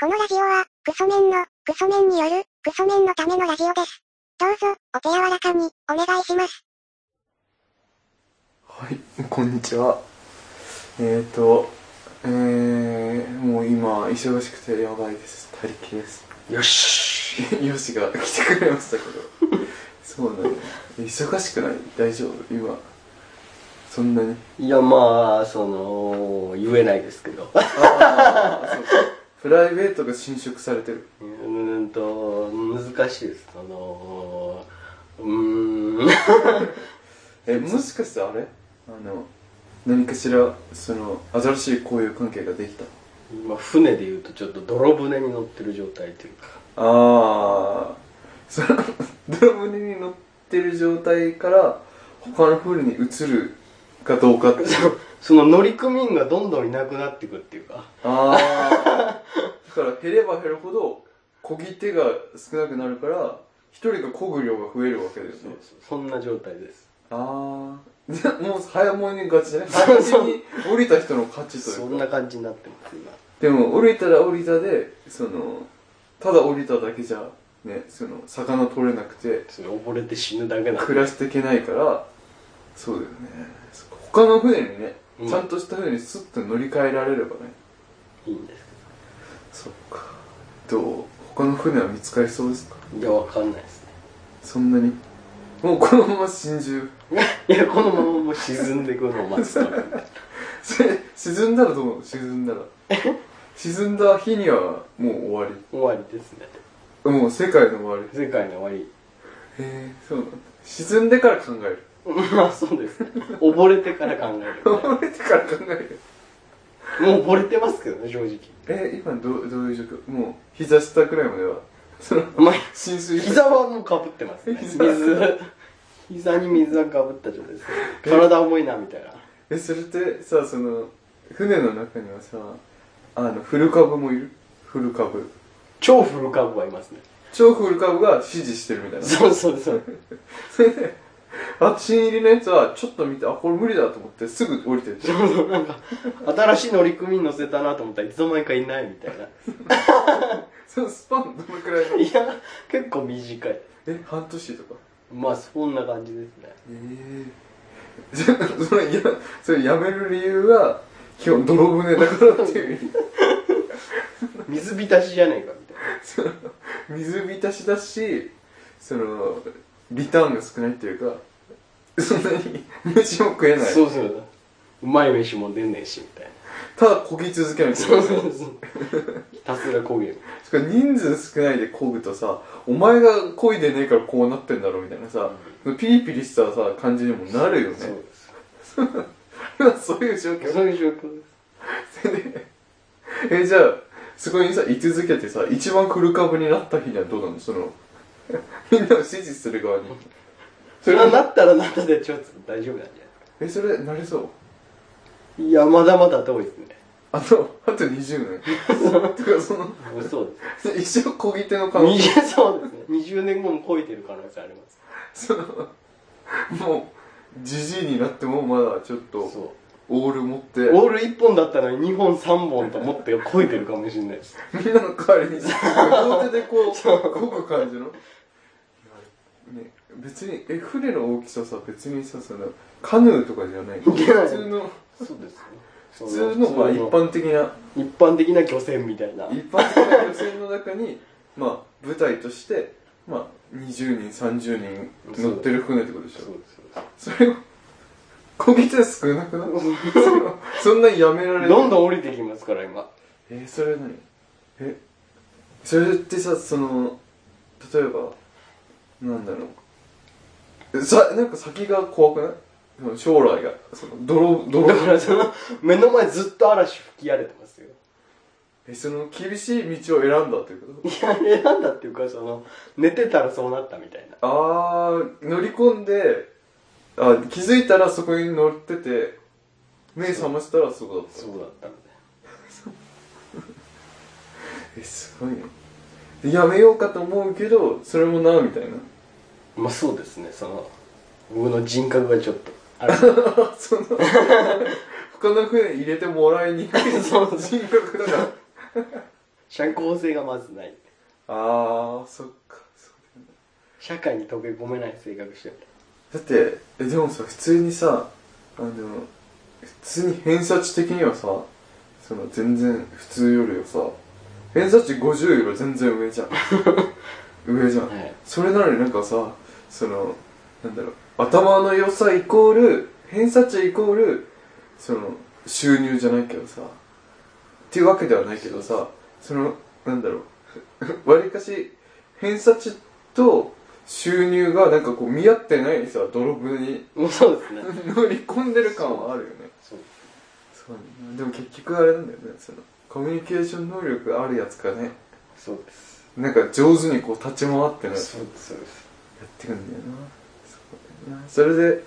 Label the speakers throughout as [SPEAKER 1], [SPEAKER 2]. [SPEAKER 1] このラジオは、クソメンの、クソメンによる、クソメンのためのラジオです。どうぞ、お手柔らかに、お願いします。
[SPEAKER 2] はい、こんにちは。えっ、ー、と、えー、もう今、忙しくてやばいです。他力 です。
[SPEAKER 3] よし
[SPEAKER 2] よしが来てくれましたけど。 そうなの。忙しくない大丈夫今。そんなに。
[SPEAKER 3] いやまあその言えないですけど
[SPEAKER 2] ああ、そうか。プライベートが侵食されてる。
[SPEAKER 3] うーんと難しいですそのうーん
[SPEAKER 2] え、もしかしてあれあの、何かしら、その、新しい交友関係ができた。
[SPEAKER 3] 今船で言うとちょっと泥船に乗ってる状態というか
[SPEAKER 2] ああそのドラムに乗ってる状態から他の船に移るかどうかっていう
[SPEAKER 3] そのその乗組員がどんどんいなくなっていくっていうか
[SPEAKER 2] ああだから減れば減るほど漕ぎ手が少なくなるから一人が漕ぐ量が増えるわけだよね
[SPEAKER 3] そんな状態です
[SPEAKER 2] ああじゃあ もう早もに勝ちだね早めに降りた人の勝ちと
[SPEAKER 3] そ
[SPEAKER 2] い
[SPEAKER 3] ん
[SPEAKER 2] うか
[SPEAKER 3] な感じになってます今
[SPEAKER 2] でも降りたら降りたでそのただ降りただけじゃねその魚取れなくて
[SPEAKER 3] それ溺れて死ぬだけなんで
[SPEAKER 2] 暮らしていけないからそうだよねそっか他の船にね、
[SPEAKER 3] うん
[SPEAKER 2] ちゃんとした船にスッと乗り換えられればね
[SPEAKER 3] いいんです
[SPEAKER 2] そっかどう他の船は見つかりそうですか
[SPEAKER 3] けどいやわかんないですね
[SPEAKER 2] そんなにもうこのまま心 中
[SPEAKER 3] いやこのままもう沈んでいくのを待つと
[SPEAKER 2] それ沈んだらどうなの沈んだら沈んだ日にはもう終わ
[SPEAKER 3] 終わりですね
[SPEAKER 2] りもう世界の終わりへ
[SPEAKER 3] 世界の終わり
[SPEAKER 2] えそうなんだ沈んでから考える
[SPEAKER 3] まあそうですね溺れてから考え る、
[SPEAKER 2] 溺れてから考える
[SPEAKER 3] もう溺れてますけどね正直
[SPEAKER 2] え今どうどういう状況もう膝下くらいまではその
[SPEAKER 3] まあ
[SPEAKER 2] 浸水
[SPEAKER 3] 膝はもうかぶってますね
[SPEAKER 2] 膝
[SPEAKER 3] 水膝に水がかぶった状態です体重いなみたいな
[SPEAKER 2] えそれってさその船の中にはさあのフル株もいるフル株
[SPEAKER 3] 超フルカブはいますね
[SPEAKER 2] 超フル株が指示してるみたいな
[SPEAKER 3] そうそうそう
[SPEAKER 2] それであ新入りのやつはちょっと見てあこれ無理だと思ってすぐ降りてっちゃう
[SPEAKER 3] そうそうなんか新しい乗組員乗せたなと思ったらいつの間にかいないみたいな
[SPEAKER 2] そのスパンどのくらいの
[SPEAKER 3] いや結構短い
[SPEAKER 2] え半年とか
[SPEAKER 3] まあそんな感じですね
[SPEAKER 2] ええじゃあそれいやそれやめる理由が基本泥船だからって いう
[SPEAKER 3] 水浸しじゃねえかみたいな
[SPEAKER 2] その水浸しだしそのリターンが少ないっていうかそんなに飯も食えない
[SPEAKER 3] そうそううまい飯も出ねえしみたいな
[SPEAKER 2] ただ漕ぎ続けないと
[SPEAKER 3] そうそうそうひたすら焦げる
[SPEAKER 2] しかも人数少ないで漕ぐとさお前が漕いでねえからこうなってんだろみたいなさ、ピリピリしたさ感じにもなるよね
[SPEAKER 3] そうです
[SPEAKER 2] そういう状況
[SPEAKER 3] そういう状況です
[SPEAKER 2] でえじゃあそこにさ居続けてさ一番古株になった日にはどうなのその みんなを支持する側に
[SPEAKER 3] それはなったらなったでちょっと大丈夫なんじゃないで
[SPEAKER 2] えそれなれそう
[SPEAKER 3] すかいやまだまだ遠いですね
[SPEAKER 2] あとあと20年とか その
[SPEAKER 3] そうです
[SPEAKER 2] 一生漕ぎ手の可能性
[SPEAKER 3] 20そうですね20年後も超えてる可能性あります
[SPEAKER 2] そのもうじじいになってもまだちょっ と
[SPEAKER 3] そ
[SPEAKER 2] オール持って
[SPEAKER 3] うオール1本だったのに2本3本と思って超えてるかもしれないです
[SPEAKER 2] みんなの代わりに両手でこ う動く感じの、ね、別にえ船の大きささ別にさそのカヌーとかじゃない普
[SPEAKER 3] いや
[SPEAKER 2] 通の
[SPEAKER 3] そうですね
[SPEAKER 2] 普通のまあ一般的な
[SPEAKER 3] 一般的な漁船みたいな
[SPEAKER 2] 一般的な漁船の中にまあ舞台としてまあ20人30人乗ってる船ってことでし
[SPEAKER 3] そう
[SPEAKER 2] ょ
[SPEAKER 3] ですそうで
[SPEAKER 2] それをこぎ手少なくないそのそんなにやめられな
[SPEAKER 3] す
[SPEAKER 2] い
[SPEAKER 3] どんどん降りてきますから今
[SPEAKER 2] えー、それは何えそれってさその例えばなんだろうさなんか先が怖くないその将来がその泥泥
[SPEAKER 3] だからその目の前ずっと嵐吹き荒れてますよ
[SPEAKER 2] えその厳しい道を選んだという こ
[SPEAKER 3] いや選んだっていうかその寝てたらそうなったみたいな
[SPEAKER 2] とあー乗り込んであ気づいたらそこに乗ってて目覚ましたらそこだった
[SPEAKER 3] そうだったみたいな
[SPEAKER 2] えすごいねでやめようかと思うけどそれもなみたいな
[SPEAKER 3] まあそうですねその僕の人格がちょっとあれ
[SPEAKER 2] その他の船に入れてもらいにくい人格だから
[SPEAKER 3] 社交性がまずない。
[SPEAKER 2] ああそっかそうだよね
[SPEAKER 3] 社会に溶け込めない性格してる。
[SPEAKER 2] だってえでもさ普通にさあのでも普通に偏差値的にはさその全然普通よりはさ偏差値50よりは全然上じ ゃん上じゃん、
[SPEAKER 3] はい。
[SPEAKER 2] それなのになんかさそのなんだろう頭の良さイコール偏差値イコールその収入じゃないけどさっていうわけではないけどさそのなんだろう わりかし偏差値と収入がなんかこう見合ってないさ泥棒に
[SPEAKER 3] もうそうですね。
[SPEAKER 2] 乗り込んでる感はあるよね
[SPEAKER 3] そう。
[SPEAKER 2] そうねでも結局あれなんだよねそのコミュニケーション能力あるやつかね
[SPEAKER 3] そうです。
[SPEAKER 2] なんか上手にこう立ち回ってない
[SPEAKER 3] そうです。そうです。
[SPEAKER 2] やってくんだよなそうだよなそれで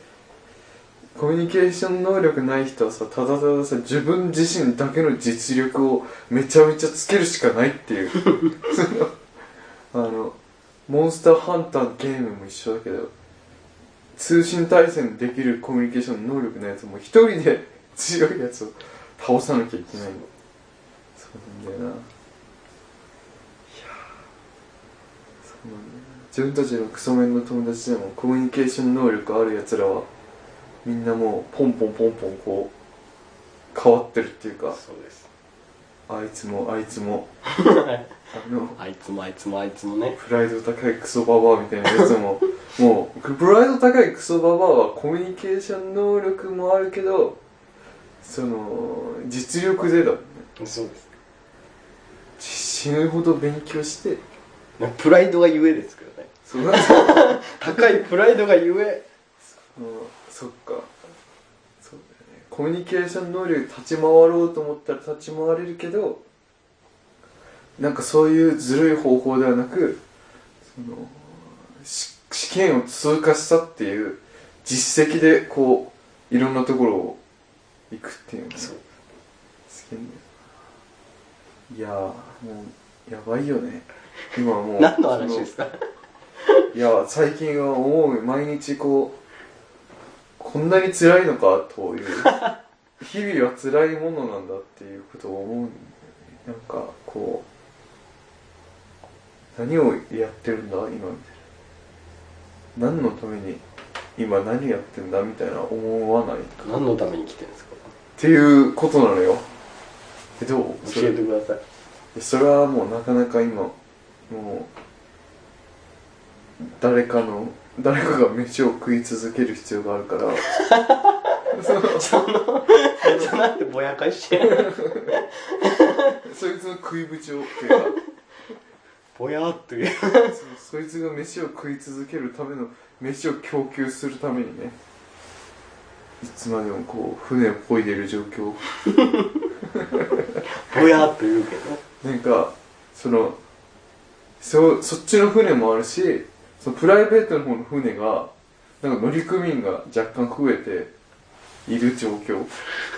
[SPEAKER 2] コミュニケーション能力ない人はさただたださ自分自身だけの実力をめちゃめちゃつけるしかないっていうそのあのモンスターハンターゲームも一緒だけど通信対戦できるコミュニケーション能力のやつも一人で強いやつを倒さなきゃいけないそうなんだよないやーそうなんだよな自分たちのクソメンの友達でもコミュニケーション能力あるやつらはみんなもうポンポンポンポンこう変わってるっていうか
[SPEAKER 3] そうです。
[SPEAKER 2] あいつもあいつもあの
[SPEAKER 3] あいつもあいつもあいつもね。
[SPEAKER 2] プライド高いクソババアみたいなやつももうプライド高いクソババアはコミュニケーション能力もあるけどその実力でだもんね
[SPEAKER 3] そうです。
[SPEAKER 2] 死ぬほど勉強して
[SPEAKER 3] まあプライドがゆえですけどね。
[SPEAKER 2] そのその
[SPEAKER 3] 高いプライドがゆえ。
[SPEAKER 2] そっかそうだよねコミュニケーション能力立ち回ろうと思ったら立ち回れるけどなんかそういうずるい方法ではなくそのし試験を通過したっていう実績でこういろんなところを行くっていうのが
[SPEAKER 3] そう
[SPEAKER 2] すげえんだよないやーもうやばいよね今はもう
[SPEAKER 3] 何の話です
[SPEAKER 2] か
[SPEAKER 3] か
[SPEAKER 2] いや最近は思う毎日こうこんなに辛いのかという日々は辛いものなんだっていうことを思うんだよねなんかこう何をやってるんだ今みたいな何のために今何やってんだみたいな思わないっ
[SPEAKER 3] 何のために来てるんですか
[SPEAKER 2] ていうことなのよえどうそ
[SPEAKER 3] 教
[SPEAKER 2] れ
[SPEAKER 3] えてください。
[SPEAKER 2] でそれはもうなかなか今もう誰かの誰かが飯を食い続ける必要があるから
[SPEAKER 3] じゃあなんでぼやかしてるの
[SPEAKER 2] そいつの食いぶちをっていうか
[SPEAKER 3] ぼやーっという。
[SPEAKER 2] そそいつが飯を食い続けるための飯を供給するためにねいつまでもこう船を漕いでる状況
[SPEAKER 3] ぼやーっと言うけ ど。
[SPEAKER 2] なんかそのそそっちの船もあるしそのプライベートの方の船がなんか乗組員が若干増えている状況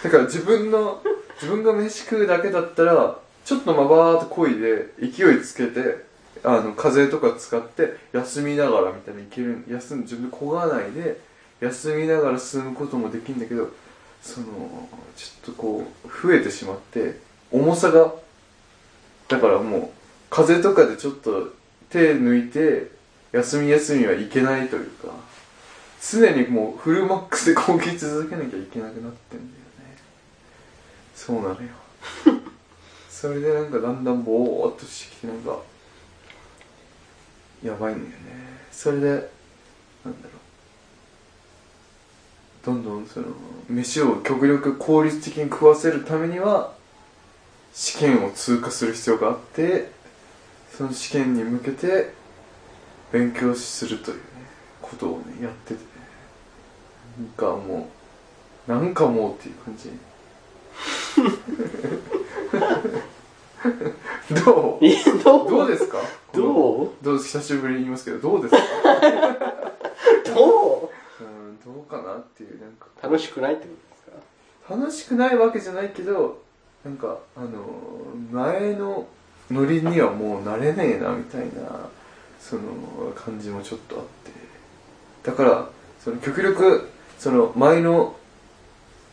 [SPEAKER 2] だから自分の自分が飯食うだけだったらちょっとまあバーっと漕いで勢いつけてあの風とか使って休みながらみたいにいける休ん自分で漕がないで休みながら進むこともできるんだけどそのちょっとこう増えてしまって重さがだからもう風とかでちょっと手抜いて休み休みはいけないというか常にもうフルマックスで攻撃続けなきゃいけなくなってんだよねそうなのよそれでなんかだんだんぼーっとしてきてなんかやばいんだよねそれでなんだろうどんどんその飯を極力効率的に食わせるためには試験を通過する必要があってその試験に向けて勉強するという、ね、ことをねやっててなんかもうなんかもうっていう感 じどう
[SPEAKER 3] え、どう
[SPEAKER 2] どうですかこ
[SPEAKER 3] どう
[SPEAKER 2] のどう久しぶりに言いますけどどうですか
[SPEAKER 3] ど
[SPEAKER 2] うんどうかなっていうなんか
[SPEAKER 3] う楽しくないってことですか
[SPEAKER 2] 楽しくないわけじゃないけどなんかあの前のノリにはもう慣れねえなみたいなその感じもちょっとあってだからその極力その前の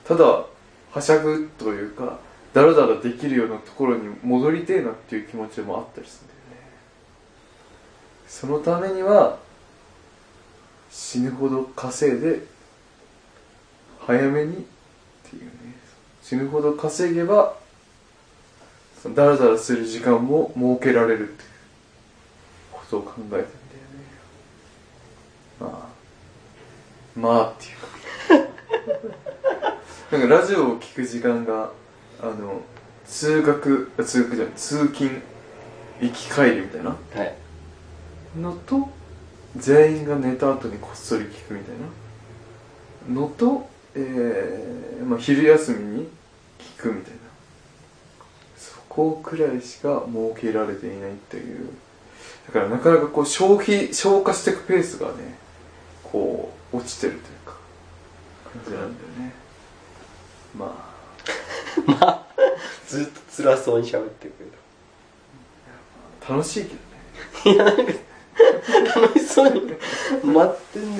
[SPEAKER 2] ただはしゃぐというかだらだらできるようなところに戻りてえなっていう気持ちもあったりするんだよねそのためには死ぬほど稼いで早めにっていうね死ぬほど稼げばそのだらだらする時間も設けられるっていうことを考えたんだよねまあまあっていうかなんかラジオを聞く時間があの通学あ通学じゃない通勤行き帰りみたいな
[SPEAKER 3] はい
[SPEAKER 2] のと全員が寝た後にこっそり聞くみたいなのと、えーまあ、昼休みに聞くみたいなそこくらいしか設けられていないというだからなかなかこう消費消化していくペースがねこう落ちてるというか感じなんだよねまあ
[SPEAKER 3] ずっと辛そうに喋ってる
[SPEAKER 2] 楽しいけどね
[SPEAKER 3] けどいやなんか楽しそうに全然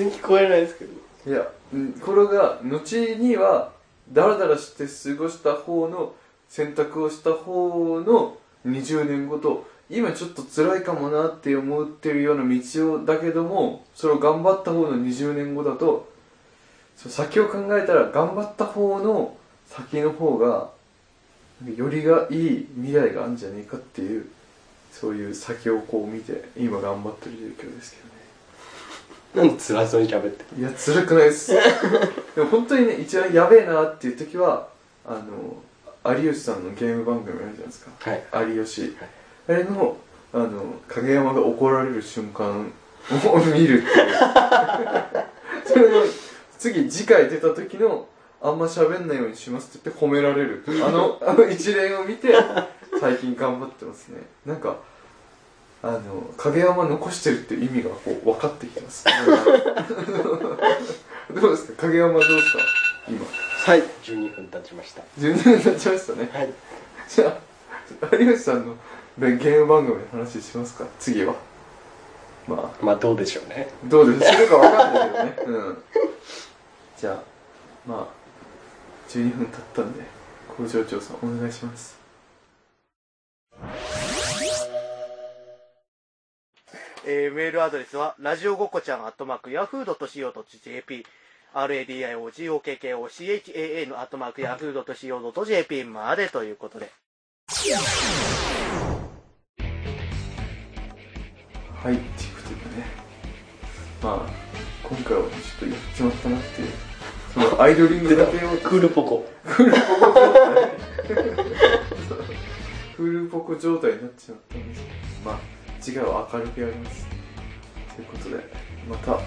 [SPEAKER 3] 聞こえないですけど
[SPEAKER 2] いやうんこれが後にはダラダラして過ごした方の選択をした方の20年後と今ちょっと辛いかもなって思ってるような道をだけどもそれを頑張った方の20年後だとそう先を考えたら頑張った方の先の方がなんかよりがいい未来があるんじゃねえかっていうそういう先をこう見て今頑張ってる状況ですけどね
[SPEAKER 3] なんで辛そうに喋ってる
[SPEAKER 2] いや、辛くないです。でも本当にね、一番やべえなっていう時は、あの、有吉さんのゲーム番組あるじゃないですか。
[SPEAKER 3] はい
[SPEAKER 2] 有吉。あれの、あの、影山が怒られる瞬間を 見るっていう。それの、次、次回出た時の、あんま喋んないようにしますって言って褒められる。あの、あの一連を見て、最近頑張ってますね。なんか、あの、影山残してるって意味がこう、分かってきます。 どうですか影山どうですか今。
[SPEAKER 3] はい12分経ちました
[SPEAKER 2] 12年経ちましたね。
[SPEAKER 3] はい
[SPEAKER 2] じゃあ、有吉さんのゲーム番組の話しますか次は。ま
[SPEAKER 3] まあどうでしょうね
[SPEAKER 2] あ、どうでするかわかんないけどね。うん。じゃあ、まあ、12分経ったんで、工場長さんお願いします。
[SPEAKER 4] えーメールアドレスは、ラジオごこちゃん、アットマーク、ヤフードとしようと JP、radiogokkoCHAA のアットマーク、ヤフードとしようと JP までということで。
[SPEAKER 2] はい、っていうことでね。まあ、今回はちょっとやっちまったなっていう。そのアイドリングだけを
[SPEAKER 3] クールポコ
[SPEAKER 2] フルポコ状態になっちまったんですけどまあ次回は明るくやりますということでまた